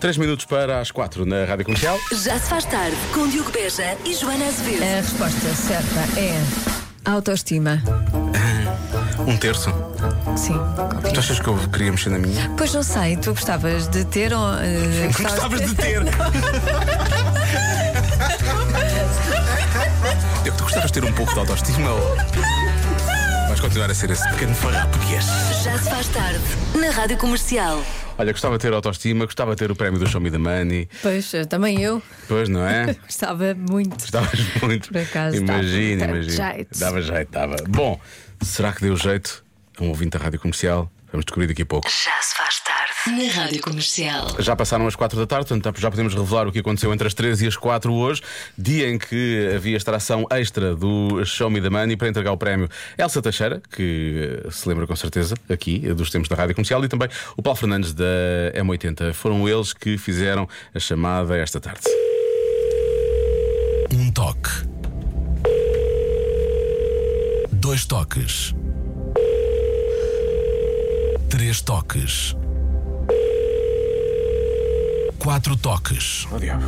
3 minutos para as 4 na Rádio Comercial. Já se faz tarde com Diogo Beja e Joana Azevedo. A resposta certa é autoestima. Um terço. Sim. Tu achas que eu queria mexer na minha? Pois não sei, tu gostavas de ter ou. eh, Gostavas de ter. Eu tu gostavas de ter um pouco de autoestima ou. Vais continuar a ser esse pequeno farrapo que és. Já se faz tarde na Rádio Comercial. Olha, gostava de ter autoestima, gostava de ter o prémio do Show Me the Money, Pois, eh, também eu pois não é? gostava muito. Gostavas muito. Por acaso, imagina, dava tanto imagina. jeito. Dava jeito, dava. Bom, será que deu jeito a um ouvinte da rádio comercial? Vamos descobrir daqui a pouco. Já se faz tarde na Rádio Comercial. Já passaram as 4 da tarde, portanto já podemos revelar o que aconteceu entre as 3 e as 4 hoje, dia em que havia extração extra do Show Me the Money para entregar o prémio Elsa Teixeira, que eh, se lembra com certeza aqui eh, dos tempos da rádio comercial, e também o Paulo Fernandes da M80. Foram eles que fizeram a chamada esta tarde. Um toque. Dois toques. Três toques. Quatro toques. Oh, diabo.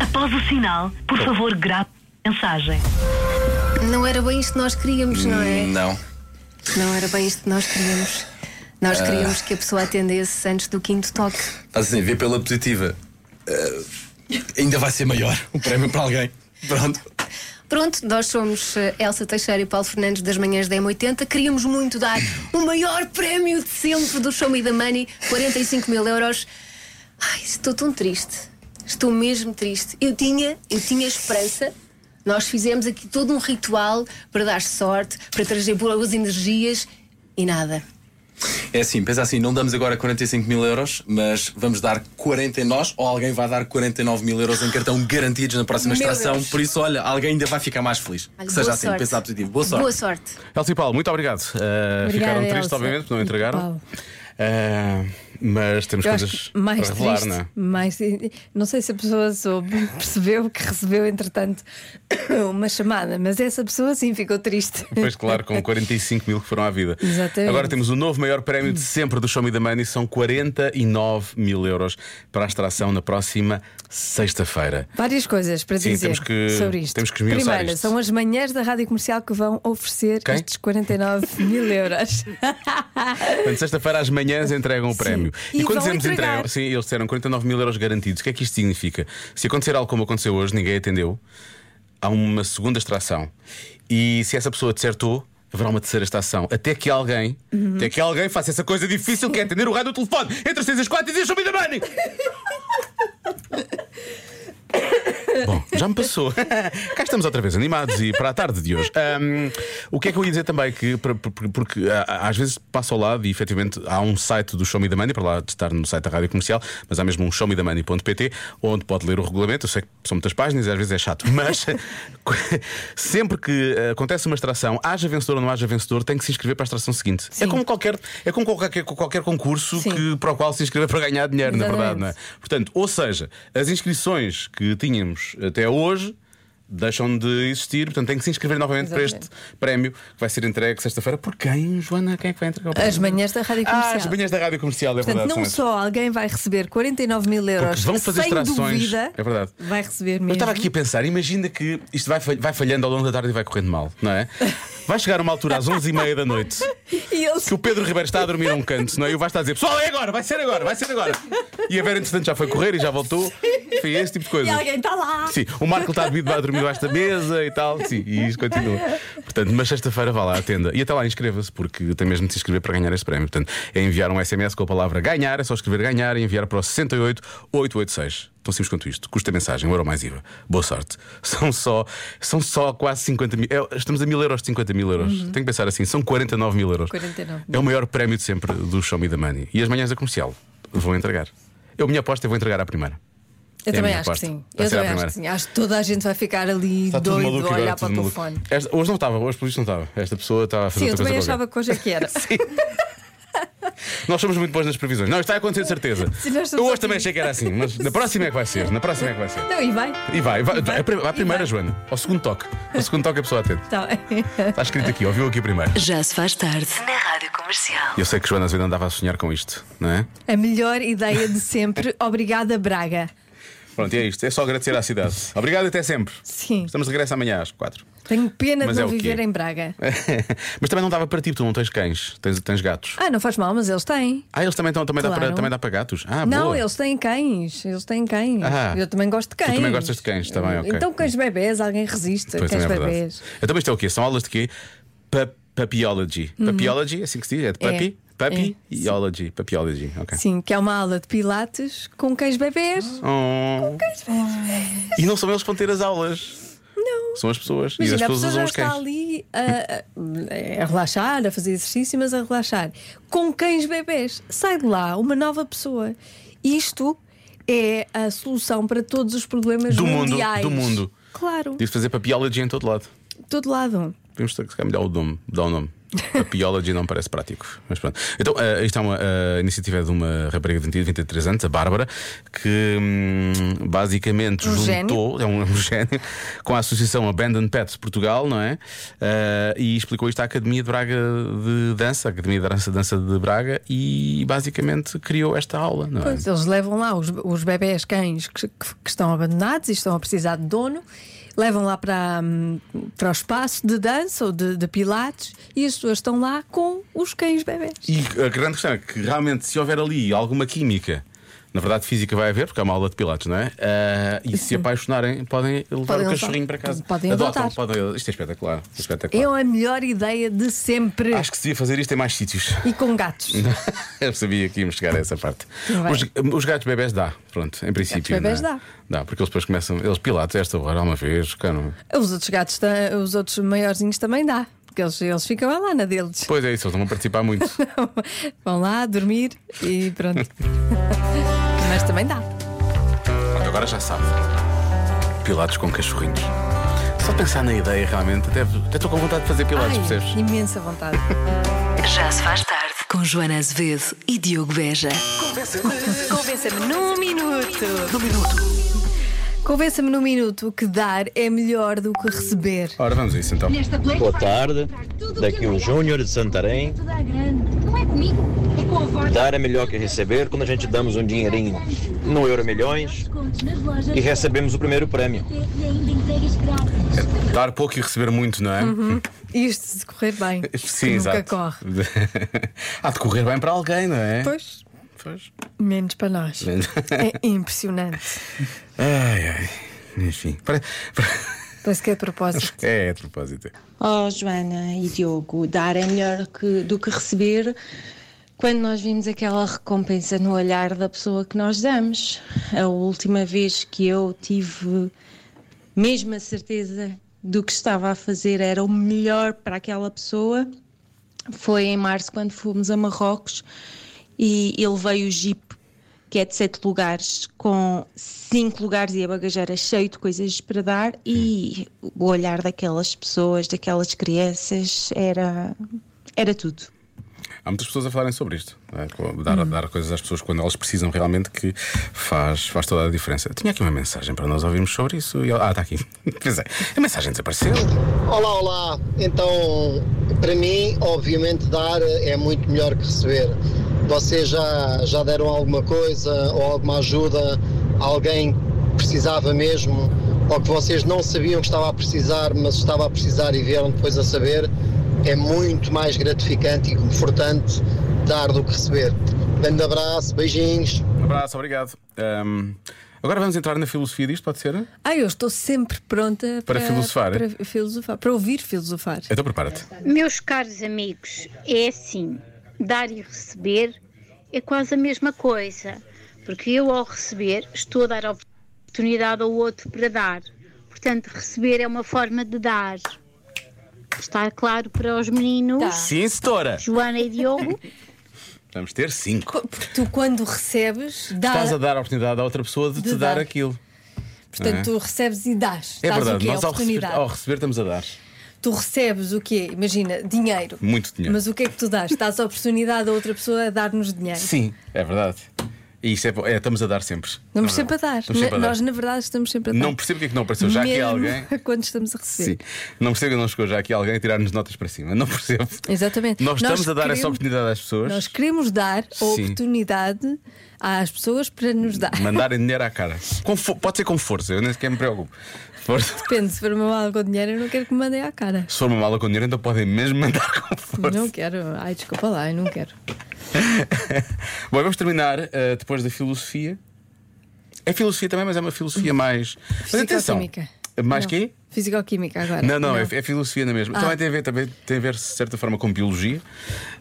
Após o sinal, por favor, grave mensagem. Não era bem isto que nós queríamos, não é? Não. Não era bem isto que nós queríamos. Nós Ah. queríamos que a pessoa atendesse antes do quinto toque. Mas assim, vê pela positiva. Eh, ainda vai ser maior o prémio para alguém. Pronto. Pronto, nós somos eh, Elsa Teixeira e Paulo Fernandes das manhãs da M80. Queríamos muito dar o maior prémio de sempre do Show Me the Money, 45 mil euros. Ai, estou tão triste. Estou mesmo triste. Eu tinha, eu tinha esperança. Nós fizemos aqui todo um ritual para dar sorte, para trazer boas energias e nada. É assim, pensa assim, não damos agora 45 mil euros, mas vamos dar 40 em nós ou alguém vai dar 49 mil euros em cartão garantidos na próxima Meu extração. Deus. Por isso, olha, alguém ainda vai ficar mais feliz. Olha, que seja boa assim, sorte. pensar positivo. Boa sorte. Boa sorte. Elsa e Paulo, muito obrigado. Uh, ficaram tristes, Elsa. obviamente, porque não entregaram. Paulo. Uh, mas temos Eu acho coisas que mais para revelar, triste, não é? mais não sei se a pessoa soube, percebeu que recebeu entretanto uma chamada, mas essa pessoa sim ficou triste. Pois claro, com 45 mil que foram à vida. Exatamente. Agora temos o novo maior prémio de sempre do Show Me the Money, são 49 mil euros para a extração na próxima sexta-feira. Várias coisas para Sim, dizer temos que- sobre isto. temos que esmiuçar Primeira, isto. são as manhãs da Rádio Comercial que vão oferecer Quem? estes 49 mil euros. Portanto, sexta-feira às manhãs entregam o prémio. E vão entregar. entregam, sim, eles disseram 49 mil euros garantidos. O que é que isto significa? Se acontecer algo como aconteceu hoje, ninguém atendeu, há uma segunda extração. E se essa pessoa dissertou, haverá uma terceira extração. Até que alguém, Uhum. até que alguém faça essa coisa difícil que é atender o rádio do telefone entre as 6 e as 4 e dizer Show me the money! Bom, já me passou. Cá estamos outra vez animados e para a tarde de hoje. Ahm, o que é que eu ia dizer também? Que, para- por- por- porque ah, ah, às vezes passo ao lado e efetivamente há um site do Show Me the Money, para lá de estar no site da rádio comercial, mas há mesmo um showmedamoney.pt onde pode ler o regulamento. Eu sei que são muitas páginas e às vezes é chato, mas sempre que ah, acontece uma extração, haja vencedor ou não haja vencedor, tem que se inscrever para a extração seguinte. É como qualquer, é como qualquer, qualquer concurso Sim. que, para o qual se inscreva para ganhar dinheiro, na verdade, Exatamente. não é? Portanto, ou seja, as inscrições que tínhamos até hoje deixam de existir, portanto tem que se inscrever novamente Exatamente. para este prémio que vai ser entregue sexta-feira. Por quem, Joana? Quem é que vai entregar o prémio? As manhãs da Rádio Ah, Comercial. as manhãs da Rádio Comercial, é Portanto, verdade. são não essas. só alguém vai receber 49 mil euros, Porque vão fazer sem extrações, dúvida, é verdade. vai receber Eu mesmo. estava aqui a pensar, imagina que isto vai, fal- vai falhando ao longo da tarde e vai correndo mal, não é? Vai chegar uma altura às 11h30 da noite e eles que o Pedro Ribeiro está a dormir a um canto, não é? E o Vasco está a dizer, pessoal, é agora, vai ser agora, vai ser agora. E a Vera, entretanto, já foi correr e já voltou. Foi esse tipo de coisa. e alguém está lá. Sim, o Marco está devido a dormir debaixo da mesa e tal, sim, e isto continua. Portanto, mas sexta-feira vá lá à tenda e até lá inscreva-se, porque tem mesmo de se inscrever para ganhar este prémio. Portanto, é enviar um SMS com a palavra ganhar, é só escrever ganhar e enviar para o 68886. Tão Então, simples quanto isto. Custa a mensagem, um euro mais IVA. Boa sorte. São só, são só quase 50 mil. é, estamos a mil euros de 50 mil euros. Tenho que pensar assim, são 49 mil euros. 49 É o maior prémio de sempre do Show Me the Money. E as manhãs da comercial vão entregar. Eu, minha aposta, é vou entregar à primeira. Eu É a também minha acho que aposta. sim. Vai Eu ser a também acho primeira. que sim. Acho que toda a gente vai ficar ali Está Tá tudo doido maluco a agora, olhar tudo para o maluco. telefone. Esta- hoje não estava, hoje por isso não estava. Esta pessoa estava a fazer Sim, eu outra também coisa achava que hoje é que era. qualquer. Sim. Nós somos muito bons nas previsões. Não, isto vai acontecer de certeza. Se nós somos Eu hoje otimistas. também achei que era assim, mas na próxima é que vai ser. Na próxima é que vai ser. Não, Então, e vai. E vai, vai, vai, vai, a prim- vai a e primeira, vai. Joana. Ao segundo toque. Ao segundo toque a pessoa atende. Tá bem. Está escrito aqui, ouviu aqui primeiro. Já se faz tarde. Na Rádio Comercial. Eu sei que Joana Azevedo andava a sonhar com isto, não é? A melhor ideia de sempre. Obrigada, Braga. Pronto, e é isto. É só agradecer à cidade. Obrigado e até sempre. Sim. Estamos de regresso amanhã às quatro. Tenho pena Mas de é não o quê? viver em Braga. Mas também não dava para ti, tu não tens cães, tens, tens gatos. Ah, não faz mal, mas eles têm. Ah, eles também, estão- também, dá, Claro. para, também dá para gatos. Ah, não, boa. eles têm cães. Eles têm cães. Ah. Eu também gosto de Tu cães. também gostas de cães, tá bem, ok. Então, cães bebês, alguém resiste. Pois cães também é verdade. bebês. Então, mas isto é o quê? São aulas de quê? Pa- Papiology. Papiology, é assim que se diz? É de papi? Uhum. É. Papiology. Papiology, ok. Sim, que é uma aula de pilates com cães bebês. Oh. E não são eles que vão ter as aulas. Não. São as pessoas. e as Imagina, a pessoas usam pessoa já os cães. está ali a, a- a relaxar, a fazer exercício, mas a relaxar. Com cães bebês, sai de lá uma nova pessoa. Isto é a solução para todos os problemas Do mundo, mundiais. do mundo. Claro, de Diz fazer papiology em todo lado. todo lado. Podemos ter que se calhar melhor o nome, dar o nome. Papiology não parece prático, mas pronto. Então, eh, isto é uma eh, iniciativa de uma rapariga de 20, 23 anos, a Bárbara, que hum, basicamente Um juntou, é um, é um gênio, com a Associação Abandon Pets Portugal, não é? Eh, e explicou isto à Academia de Braga de Dança, Academia de Dança, Dança de Braga, e basicamente criou esta aula, não é? Pois, eles levam lá os, os bebés cães que, que- que estão abandonados e estão a precisar de dono, levam lá para, hum, para o espaço de dança ou de, de pilates e as pessoas estão lá com os cães bebés. E a grande questão é que realmente, se houver ali alguma química, na verdade física vai haver, porque é uma aula de pilates, não é? Ah, e se apaixonarem, podem levar Podem o levar. cachorrinho para casa. Podem Adotam, adotar. podem- Isto é espetacular. isto é espetacular. É a melhor ideia de sempre. Acho que se devia fazer isto em mais sítios. E com gatos. Eu sabia que íamos chegar a essa parte. Não vai. Os, os gatos bebés dá, pronto, em princípio. bebés não é? dá. Dá, porque eles depois começam. Eles pilates, esta hora, uma vez, cara. Os outros gatos, ta- os outros maiorzinhos também dá. Porque eles, eles ficam lá na deles. Pois é, isso, eles não vão participar muito. Vão lá dormir e pronto. Mas também dá. Pronto, agora já sabe. Pilates com cachorrinhos. Só pensar na ideia realmente, até até estou com vontade de fazer pilates, percebes? Ai, imensa vontade. Já se faz tarde. Com Joana Azevedo e Diogo Beja. Convença-me num minuto. Num minuto. Convença-me num minuto que dar é melhor do que receber. Ora, vamos a isso então. Boa tarde, daqui o Júnior de Santarém. Dar é melhor que receber quando a gente damos um dinheirinho no Euro Milhões e recebemos o primeiro prêmio. Dar pouco e receber muito, não é? Isto se correr bem. Sim, Uhum. que nunca exato. corre. Há de correr bem para alguém, não é? Pois, Pois. menos para nós. É impressionante. Ai, ai. Enfim. Pare- pare- Parece que é de propósito. É, é de propósito. Oh, Joana e Diogo, dar é melhor que- do que receber quando nós vimos aquela recompensa no olhar da pessoa que nós damos. A última vez que eu tive mesmo a certeza do que estava a fazer era o melhor para aquela pessoa foi em março, quando fomos a Marrocos e ele veio o Jeep, que é de sete lugares, com cinco lugares e a bagageira cheio de coisas para dar. E o olhar daquelas pessoas, daquelas crianças, era, era tudo. Há muitas pessoas a falarem sobre isto. não é? Com- Dar, Uhum. dar coisas às pessoas quando elas precisam realmente que faz, faz toda a diferença. Tinha aqui uma mensagem para nós ouvirmos sobre isso. e- Ah, está aqui. Pois é. A mensagem desapareceu. Olá, olá. Então, para mim, obviamente, dar é muito melhor que receber. Vocês já, já deram alguma coisa ou alguma ajuda a alguém que precisava mesmo ou que vocês não sabiam que estava a precisar, mas estava a precisar e vieram depois a saber? É muito mais gratificante e confortante dar do que receber. Grande abraço, beijinhos. Um abraço, obrigado. Ahm, agora vamos entrar na filosofia disto, pode ser? Ah, eu estou sempre pronta Para filosofar, é? Para, filosofar, para ouvir filosofar. Então prepara-te. Meus caros amigos, é assim: dar e receber é quase a mesma coisa, porque eu, ao receber, estou a dar oportunidade ao outro para dar. Portanto, receber é uma forma de dar. Está claro para os meninos, Sim, setora. Joana e Diogo? Vamos ter cinco. Co- Porque tu, quando recebes, dá. Estás a dar a oportunidade à outra pessoa de, De te dar, dar. aquilo. Portanto, tu recebes e dás. É dás o verdade, quê? nós ao receber, oportunidade. ao receber estamos a dar. tu recebes o quê? Imagina, dinheiro. Muito dinheiro. Mas o que é que tu dás? Dás a oportunidade a outra pessoa a dar-nos dinheiro. Sim, é verdade. E isso é, bo- é, estamos a dar sempre. Estamos Na sempre a verdade. dar. Estamos sempre a Na- dar. Nós, na verdade, estamos sempre a dar. Não percebo porque é que não apareceu já aqui Mesmo alguém. Quando estamos a receber. Sim. Não percebo que não chegou já aqui alguém a tirar-nos notas para cima. Não percebo. Exatamente. Nós estamos a dar queremos- essa oportunidade às pessoas. Nós queremos dar a Sim. oportunidade às pessoas para nos dar. Mandarem dinheiro à cara. Com fo- Pode ser com força, eu nem sequer me preocupo. Força. Depende, se for uma mala com dinheiro, eu não quero que me mandem à cara. Se for uma mala com dinheiro, então podem mesmo mandar com força. Não quero. Ai, desculpa lá, eu não quero. Bom, vamos terminar eh, depois da filosofia. É filosofia também, mas é uma filosofia mais. Mas atenção. Fisicoquímica. Mais Não. quê? Fisicoquímica agora. Não, não, É, é filosofia na mesma. Ah. Também tem a ver, também tem a ver, de certa forma, com biologia,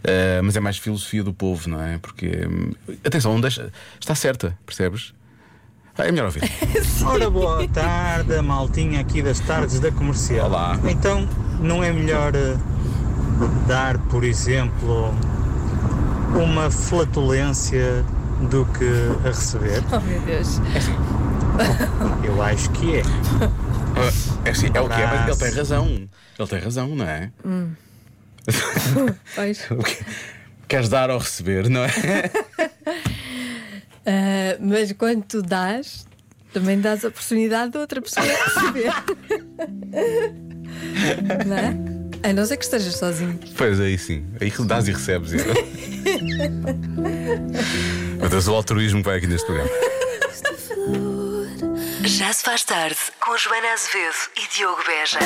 eh, mas é mais filosofia do povo, não é? Porque. hum, Atenção, não deixa- está certa, percebes? Ah, é melhor ouvir. Ora, boa tarde, a maltinha aqui das tardes da comercial. Olá. Então, não é melhor eh, dar, por exemplo, uma flatulência do que a receber? Oh, meu Deus. Eu acho que é. É, assim, é o que é, mas ele tem razão. Ele tem razão, não é? Hum. pois. O que- Queres dar ou receber, não é? Ah, mas quando tu dás, também dás a oportunidade de outra pessoa receber. não é? A não ser que estejas sozinho. pois aí sim. Aí que dás e recebes. é. Meu Deus, o altruísmo que vai aqui neste programa. Já se faz tarde com Joana Azevedo e Diogo Beja.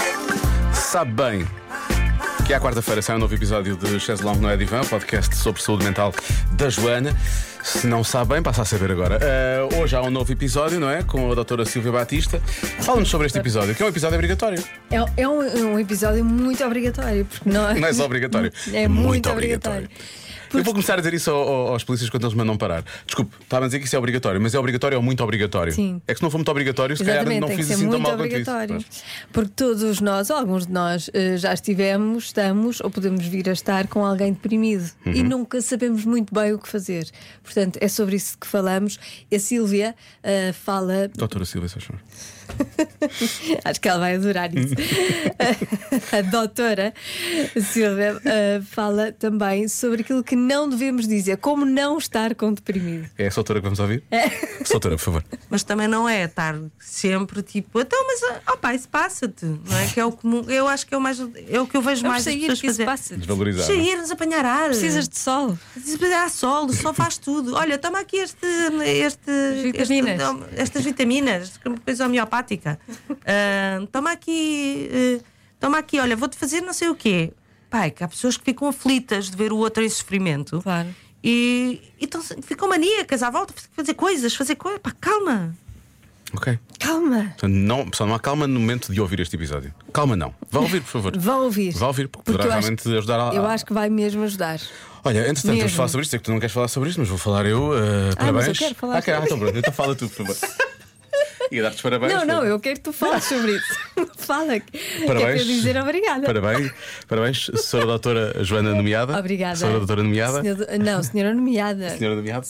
Sabe bem que à quarta-feira sai um novo episódio de Chess Long no Edivan, podcast sobre saúde mental da Joana. Se não sabe bem, passa a saber agora. Ah, hoje há um novo episódio, não é? Com a doutora Silvia Batista. Fala-nos sobre este episódio, que é um episódio obrigatório. É, é um, um episódio muito obrigatório, porque nós. Não é só obrigatório. É muito, obrigatório. Eu vou começar a dizer isso ao- ao- aos polícias quando eles me mandam parar. Desculpe, estava a dizer que isso é obrigatório, mas é obrigatório ou muito obrigatório? Sim. É que se não for muito obrigatório, se calhar Exatamente, não tem fiz que ser assim tão muito mal quanto isso. obrigatório. Pois. Porque todos nós, ou alguns de nós, eh, já estivemos, estamos ou podemos vir a estar com alguém deprimido Uhum. e nunca sabemos muito bem o que fazer. Portanto, é sobre isso que falamos. A Sílvia eh, fala Doutora Silvia, se faz favor. Acho que ela vai adorar isso. a doutora Silvia eh, fala também sobre aquilo que não devemos dizer, como não estar com deprimido. É essa autora que vamos ouvir? É. Essa autora, por favor. Mas também não é estar sempre tipo, então, mas ó pá, isso passa-te, não é? Que é o comum, eu acho que é o, mais, é o que eu vejo Vamos mais as sair, pessoas que isso fazer. passa-te. Desvalorizar, Sair, nos apanhar ar. Precisas de sol. Há sol, o sol faz tudo. Olha, toma aqui este, Eh, este, vitaminas. este- estas vitaminas, que é uma coisa homeopática. Ah, toma aqui, eh, toma aqui, olha, vou-te fazer não sei o quê. Pai, que há pessoas que ficam aflitas de ver o outro em sofrimento. Claro. E, e tão- ficam maníacas à volta, fazer coisas, fazer coisas. Pá, calma. Ok. Calma. Portanto, não, só não há calma no momento de ouvir este episódio. Calma, não. Vá ouvir, por favor. Vão ouvir. Vá ouvir, porque, Porque poderá eu acho- realmente ajudar a. Eu acho que vai mesmo ajudar. Olha, entretanto, vamos Mesmo. falar sobre isto. É que tu não queres falar sobre isto, mas vou falar eu. eh, Ah, parabéns. mas eu quero falar Ah, quer- ah, sobre- então pronto, então fala tu, por favor. Ia dar-te os parabéns. não, por- não, eu quero que tu fales sobre isso. Fala. que- que é para eu Parabéns. dizer obrigada. Parabéns, parabéns, senhora doutora Joana Nomeada. Obrigada. Senhora doutora Nomeada. Senhor- não, senhora nomeada. Senhora nomeada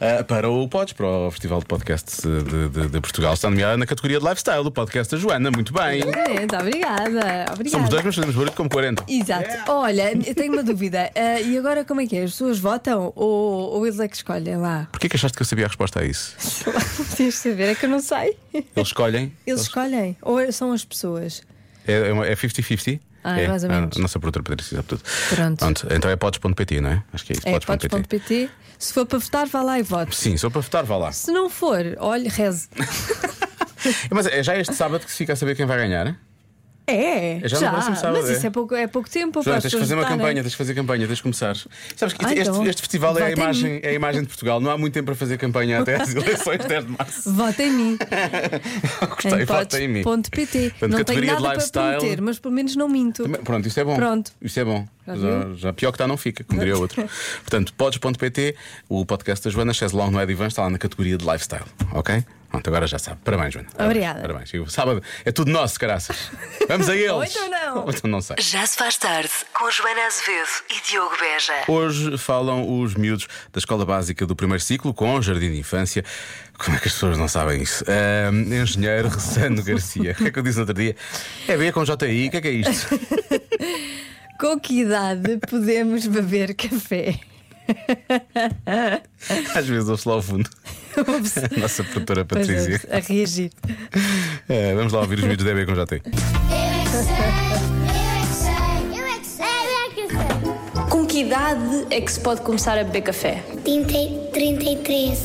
ah, para o Pods, para o Festival de Podcasts eh, de, de- de Portugal, está nomeada na categoria de Lifestyle, o podcast da Joana. Muito bem. Exatamente, tá, obrigada. obrigada. Somos dois, mas fazemos barulho como 40. Exato. É. Olha, eu tenho uma dúvida. Ah, e agora como é que é? As pessoas votam ou, ou eles é que escolhem lá? Porquê que achaste que eu sabia a resposta a isso? Tens de saber, é que eu não sei. Eles escolhem? Eles escolhem. Ou são as pessoas? É é uma- é 50-50? Ah, é mais ou menos. A nossa produtora Patrícia sabe tudo. Pronto. Então é podes.pt, não é? Acho que é isso. É podes.pt. podes.pt. Se for para votar, vá lá e vote. Sim, só para votar, vá lá. Se não for, olhe, reze. Mas é já este sábado que se fica a saber quem vai ganhar? é? É, É já no próximo sábado, mas isso é? é pouco, é pouco tempo para Joana, as tens de pessoas fazer uma votarem. campanha, tens de fazer campanha, tens de começar. Sabes que Ah, este, então. este festival é a, Votem em imagem, mim. é a imagem de Portugal. Não há muito tempo para fazer campanha até as eleições 10 de março. Vota em mim. Gostei, vota em mim. podes.pt. Portanto, Não tenho categoria de nada para lifestyle. prometer, mas pelo menos não minto. Pronto, isto é bom. Pronto. Isto é bom. Já já, viu? já pior que está, não fica, como diria outro. Portanto, podes.pt, o podcast da Joana Chaz Long no Edivã está lá na categoria de lifestyle, ok? Pronto, agora já sabe. Parabéns, Joana. Obrigada. Parabéns. E o sábado é tudo nosso, caraças. Vamos a eles. Ou então não. Ou então não sei. Já se faz tarde com Joana Azevedo e Diogo Beja. Hoje falam os miúdos da escola básica do primeiro ciclo com jardim de infância. Como é que as pessoas não sabem isso? Ahm, engenheiro Ressano Garcia. O que é que eu disse no outro dia? É B com JI, o que é que é isto? Com que idade podemos beber café? Às vezes ouço lá ao fundo. A nossa produtora Pois é, Patrícia. a reagir. É, vamos lá ouvir os miúdos da EB com É JI. Com que idade é que se pode começar a beber café? 30, 33,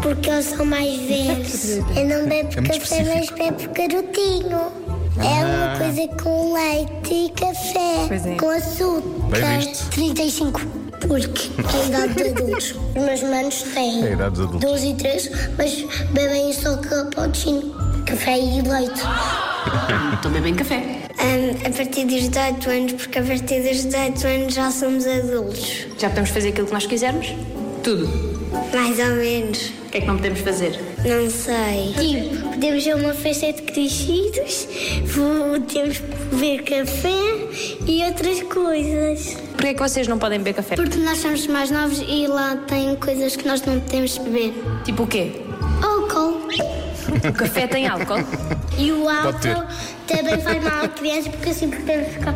porque eu sou mais velho. Eu não bebo É muito café, mas bebo carotinho. É Ah. uma coisa com leite e café, com Bem açúcar. 35, porque é a idade de adultos. Os meus manos têm É a idade dos adultos. 12 e 13, mas bebem só cappuccino, café e leite. Então bebem café. a partir dos 18 anos, porque a partir dos 18 anos já somos adultos. Já podemos fazer aquilo que nós quisermos? Tudo. Mais ou menos. O que é que não podemos fazer? Não sei. Tipo, podemos ir a uma festa de crescidos, podemos beber café e outras coisas. Porquê é que vocês não podem beber café? Porque nós somos mais novos e lá tem coisas que nós não podemos beber. Tipo o quê? Álcool. O café tem álcool? E o Pode ter. álcool também faz mal à criança porque assim podemos ficar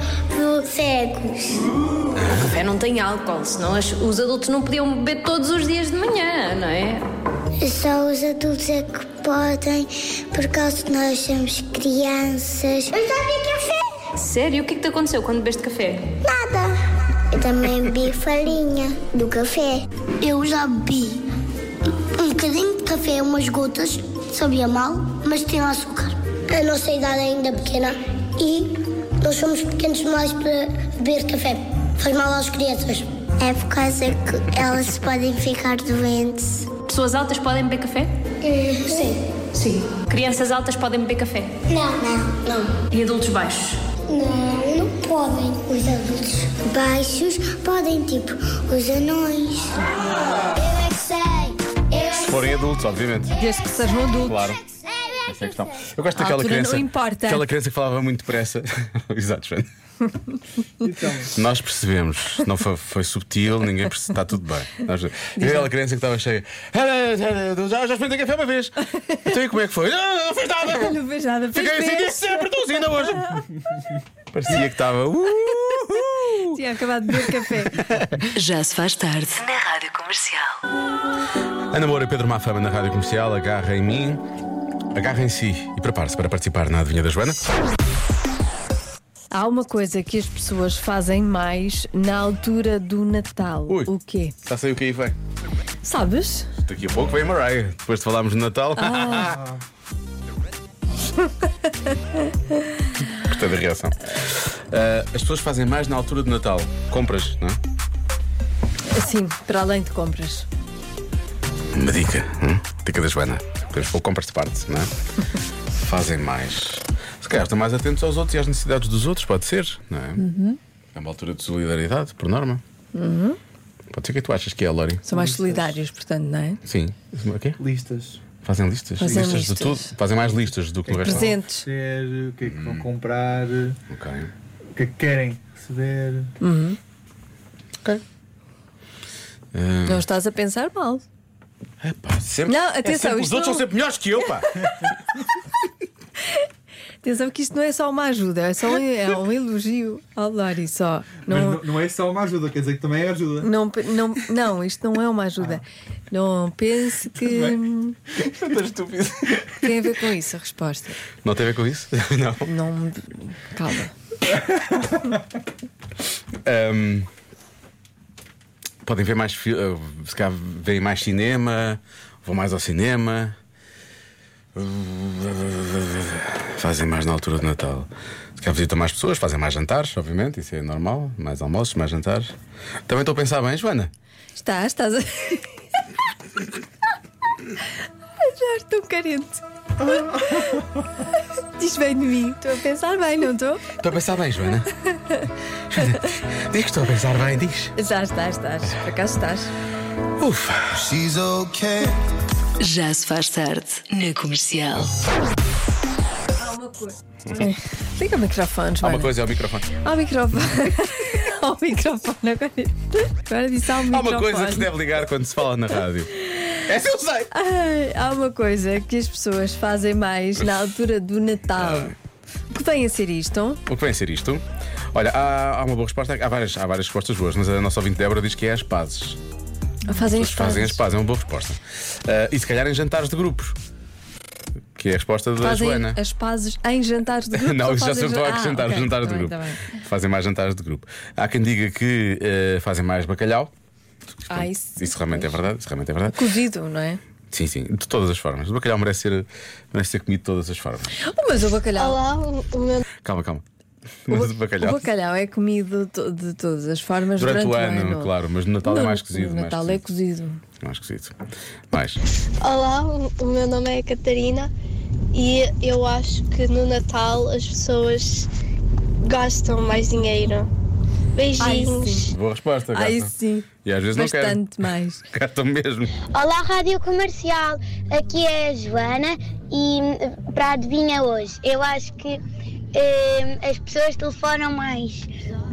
cegos. O café não tem álcool, senão as- os adultos não podiam beber todos os dias de manhã, não é? Só os adultos é que podem, por causa que nós somos crianças. Eu já vi café! Sério? O que é que te aconteceu quando bebeste café? Nada! Eu também bebi farinha do café. Eu já bebi um bocadinho de café, umas gotas, sabia mal, mas tinha açúcar. A nossa idade é ainda pequena e nós somos pequenos demais para beber café. Faz mal às crianças. É por causa que elas podem ficar doentes. Pessoas altas podem beber café? Eh, Sim. Sim. Crianças altas podem beber café? Não, não, não. E adultos baixos? Não, não podem. Os adultos baixos podem, tipo, os anões. Eu é que sei, eu é Se forem adultos, obviamente. Desde que um sejam adultos. Claro. Essa é a questão. Eu gosto A daquela altura criança. não importa. Aquela criança que falava muito depressa. Exato, Joana. Nós percebemos, não foi, foi subtil, ninguém percebeu, está tudo bem. Nós, aquela criança que estava cheia. Já, já experimentei café uma vez. Então e como é que foi? Não, não, não fez nada. Não fez nada. Fiquei Fez, assim fez. desde sempre, estou assim ainda hoje. Parecia que estava. "Uh." "Uhuhu". Tinha acabado de beber café. Já se faz tarde na Rádio Comercial. Ana Moura e é Pedro Mafama na rádio comercial. Agarra em mim, agarra em si e prepare-se para participar na Adivinha da Joana. Há uma coisa que as pessoas fazem mais na altura do Natal. O quê? Já sei o que aí vem. Sabes? Daqui a pouco vem a Mariah, depois de falarmos de Natal. Ah. Gostei da reação. Ah, as pessoas fazem mais na altura de Natal. Compras, não é? Sim, Assim, para além de compras. Uma dica. hum? Dica da Joana. Depois vou compras de parte, não é? fazem mais. Se calhar estão mais atentos aos outros e às necessidades dos outros, pode ser, não é? Uhum. É uma altura de solidariedade, por norma. Uhum. Pode ser que tu achas que é, Lori? São mais solidários, portanto, não é? Sim. O quê? Listas. Fazem listas? Fazem listas de listas. É tudo? Fazem mais listas do que no resto. Presentes. O que é que vão comprar? O que é que querem receber? Uhum. Ah, Não estás a pensar mal. pá, sempre- Não, é atenção, sempre- os outros isto não- são sempre melhores que eu, pá! Atenção que isto não é só uma ajuda, é só um, é um elogio ao Lori só. Mas Não, não, não é só uma ajuda, quer dizer que também é ajuda. não, pe- não, não, isto não é uma ajuda. Não pense que hum, Estás é estúpido. tem a ver com isso a resposta. Não tem a ver com isso? Não. Não, calma. Ahm, Ehm, podem ver mais. fi- ah, Se calhar veem mais cinema, vão mais ao cinema. Fazem mais na altura de Natal. Se calhar visitam mais pessoas, fazem mais jantares, obviamente, isso é normal. Mais almoços, mais jantares. Também estou a pensar bem, Joana. Estás, estás a. Ai, Já estou carente. Diz bem de mim. Estou a pensar bem, não estou? Estou a pensar bem, Joana. Diz que estou a pensar bem, diz. Já estás, estás. Por acaso estás. Ufa. She's okay. Já se faz tarde na comercial. Há uma coisa. É. Liga o microfone, Há Joana. uma coisa, é o microfone. Ao microfone. ao microfone. Agora, agora disse ao Há microfone. uma coisa que se deve ligar quando se fala na rádio. É Essa eu sei. Ai, há uma coisa que as pessoas fazem mais na altura do Natal. Ah. O que vem a ser isto? O que vem a ser isto? Olha, há, há uma boa resposta. Há várias, há várias respostas boas, mas a nossa ouvinte Débora diz que é as pazes. Fazem As isto. fazem as pazes, é uma boa resposta. Ah, e se calhar em jantares de grupos, que é a resposta da Fazem Joana. as pazes em jantares de grupo. Não, ou isso já fazem são jan- jantares, Ah, jantares, ok, jantares tá de bem, grupo. tá bem. Fazem mais jantares de grupo. Há quem diga que eh, fazem mais bacalhau. Ah, isso. Isso realmente é verdade. Isso realmente é verdade. Cozido, não é? Sim, sim, de todas as formas. O bacalhau merece ser, merece ser comido de todas as formas. Oh, Mas o bacalhau. Calma, calma. Mas o bacalhau. O bacalhau é comido to- de todas as formas Durante durante, o ano, claro, mas no Natal é No- mais cozido, No mais Natal é cozido. Mais esquisito. Mais. Olá, o meu nome é Catarina e eu acho que no Natal as pessoas gastam mais dinheiro. Beijinhos. Boa resposta, Ai, gata. sim. E às vezes não Bastante mais. quero. Gata mesmo. Olá, Rádio Comercial. Aqui é a Joana e hum, para adivinha hoje, eu acho que hum, as pessoas telefonam mais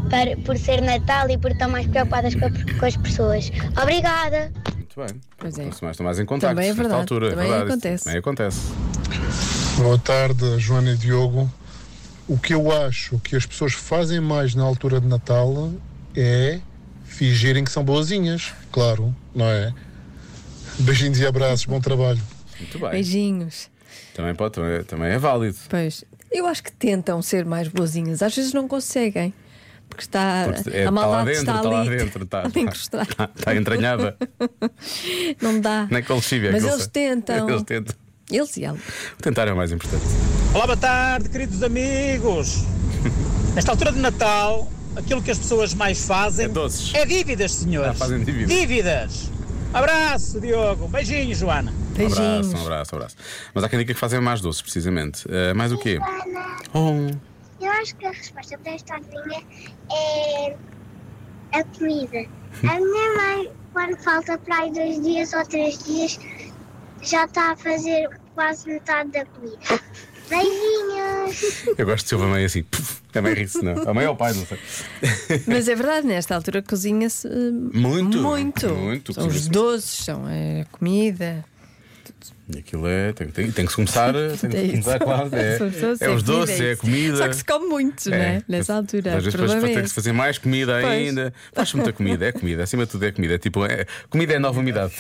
para- por ser Natal e por estar mais preocupadas com, a- com as pessoas. Obrigada. Muito bem. Pois é. Mas estão mais em contacto Também é nesta verdade. altura. Também é verdade. acontece. Também acontece. Boa tarde, Joana e Diogo. O que eu acho que as pessoas fazem mais na altura de Natal é fingirem que são boazinhas, claro, não é? Beijinhos e abraços, bom trabalho. Muito bem. Beijinhos. Também, pode, também, é- também é válido. Pois. Eu acho que tentam ser mais boazinhas. Às vezes não conseguem. Porque está. Porque é, a tá lá maldade dentro, está tá lá ali. dentro, tá- ali encostada. Está, está entranhada. Não dá. Nem com lexívia, Mas aquilo eles sei. tentam. Eles tentam. Eles e elas. Tentar é o mais importante. Olá, boa tarde, queridos amigos. Nesta altura de Natal, aquilo que as pessoas mais fazem é, dívidas, senhores. Ah, fazem dívidas. Dívidas. Abraço, Diogo. Beijinho, Joana. Um abraço, um abraço, um abraço. Mas há quem diga que fazem mais doces, precisamente. Eh, mais o quê? Oh. Eu acho que a resposta para esta adivinha é a comida. A minha mãe, quando falta para aí dois dias ou três dias, já está a fazer quase metade da comida. Beijinhos! Eu gosto de ser uma mãe assim. Puf, a mãe ri-se, não. A mãe ou o pai, não sei. Mas é verdade, nesta altura cozinha-se eh, Muito. Muito. Muito, São os cozinha-se. doces, são é a comida. E aquilo é. Tem, tem, tem que se começar. Tem que É se começar, isso. claro. É, São os doces, é os doces, é comida, é é a isso. comida. Só que se come muito, não é? Nessa altura, Às o vezes depois problema para ter é que esse. se fazer mais comida Pois. ainda. Faz muita comida, é comida, acima de tudo é comida. É Tipo, é- comida é a nova umidade.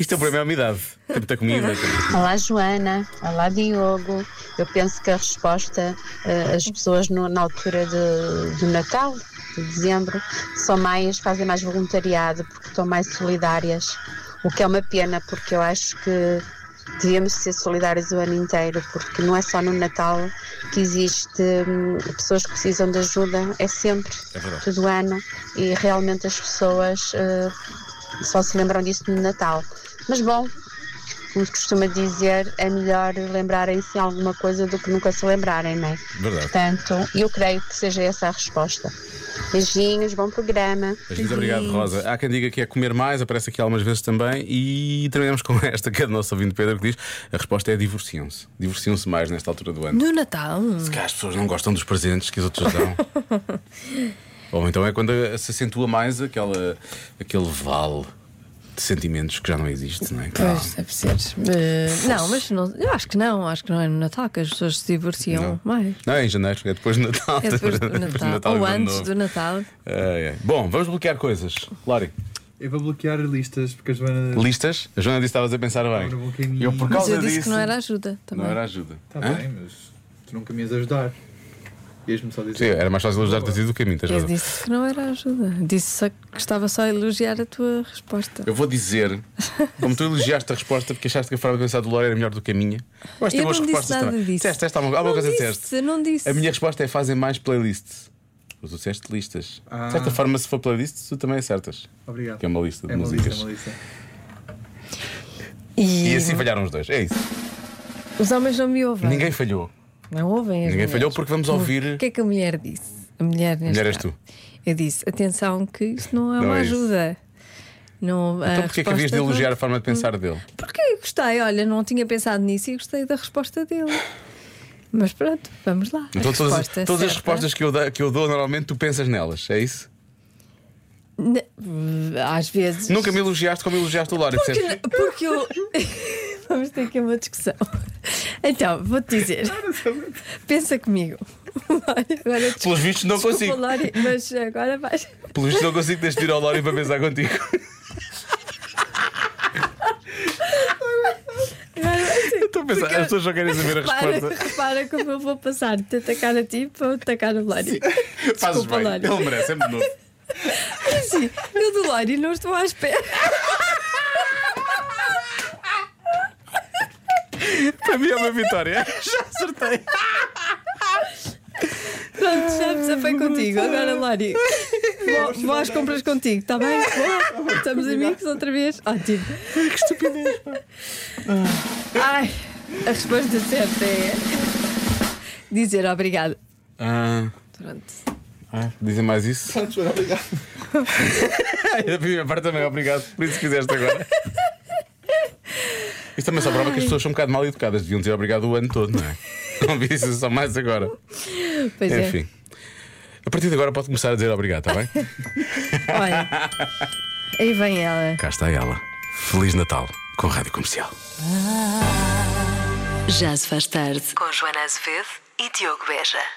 Isto é o problema, é a umidade. Tem muita comida. tem- Olá Joana, olá Diogo. Eu penso que a resposta, eh, as pessoas no- na altura de, do Natal, de dezembro, são mais, fazem mais voluntariado porque estão mais solidárias, o que é uma pena porque eu acho que devíamos ser solidários o ano inteiro, porque não é só no Natal que existe hum, pessoas que precisam de ajuda, é sempre, É verdade. todo ano, e realmente as pessoas eh, só se lembram disso no Natal. Mas bom, como se costuma dizer, é melhor lembrarem-se alguma coisa do que nunca se lembrarem, não é? Verdade. Tá. Portanto, eu creio que seja essa a resposta. Beijinhos, bom programa. Mas Muito obrigado, Rosa. Há quem diga que é comer mais, aparece aqui algumas vezes também. E terminamos com esta, que é do nosso ouvinte Pedro, que diz: a resposta é divorciam-se. Divorciam-se mais nesta altura do ano. No Natal. Porque As pessoas não gostam dos presentes que os outros dão. Ou então é quando se acentua mais aquela, aquele vale de sentimentos que já não existe, não é? Pois, deve ser. Eh, não, mas não- eu acho que não. Acho que não é no Natal que as pessoas se divorciam mais. Não, é em janeiro, é depois do Natal. É depois do depois Natal. e Ou do Ano antes Novo. do Natal. Ai, ai. Bom, vamos bloquear coisas. Lori, Eu vou bloquear listas, porque a Joana. listas? A Joana disse que estavas a pensar bem. Eu, por Mas causa eu disse disso. que não era ajuda não também. era ajuda. Tá Está Hã? bem, mas tu nunca me ias ajudar. Ias-me só dizer. Sim, era mais fácil ajudar-te a ti do que a mim, tens Eu razão. disse que não era ajuda. Disse só que estava só a elogiar a tua resposta. Eu vou dizer, como tu elogiaste a resposta porque achaste que a forma de pensar do Lore era melhor do que a minha. Mas tem Eu boas não disse respostas nada também. disso. Disseste, disseste alguma, alguma Não coisa disse, disseste. não disse. A minha resposta é fazem mais playlists. Mas tu disseste listas. De certa forma, se for playlists, tu também acertas. Ah. Obrigado. Que é uma lista de É uma lista, músicas. é uma lista. E... assim falharam os dois. É isso. Os homens não me ouvem. Ninguém falhou. Não ouvem as Ninguém mulheres. falhou porque vamos Por- ouvir- O que é que a mulher disse? A mulher, neste Mulher és caso. tu. Eu disse: atenção, que isto não é Não uma é isso. ajuda. Não, a Então porquê é que havias de resposta Hum. elogiar dele- a forma de pensar dele? Porque gostei, olha, não tinha pensado nisso e gostei da resposta dele. Mas pronto, vamos lá. A Então, todas, resposta é todas as certa- respostas que eu, da- que eu dou, normalmente tu pensas nelas, é isso? Ne- hum, Às vezes. Nunca me elogiaste como elogiaste o Lória, percebes? Porque, porque eu. Vamos ter aqui uma discussão. Então, vou-te dizer. Pensa comigo. Olha, Agora, Pelos vistos, não desculpa, consigo. Lori, mas agora vais. Pelo visto, não consigo deixar de ir ao Lória para pensar contigo. Eu estou a pensar, as pessoas só querem saber a Repara, resposta. repara como eu vou passar de atacar a ti para atacar o Lori. Fazes Desculpa, bem, Lori. ele merece, é muito novo. Sim, eu do Lori não estou à espera. Para mim é uma vitória. Já acertei. Pronto, já desafei contigo. Agora, Lori, vou, vou às compras contigo, está bem? Vou. Estamos amigos outra vez? Ótimo. Que estupidez, Ai, a resposta certa é dizer obrigado. Ah, Pronto. ah, dizem mais isso? obrigado. a primeira parte também, obrigado. Por isso que fizeste agora. Isto também só prova que as pessoas são um bocado mal educadas. Deviam dizer obrigado o ano todo, não é? Não vi isso só mais agora. Pois é. Enfim. A partir de agora pode começar a dizer obrigado, está bem? Olha. Aí vem ela. Cá está ela. Feliz Natal com a Rádio Comercial. Já se faz tarde. Com Joana Azevedo e Diogo Beja.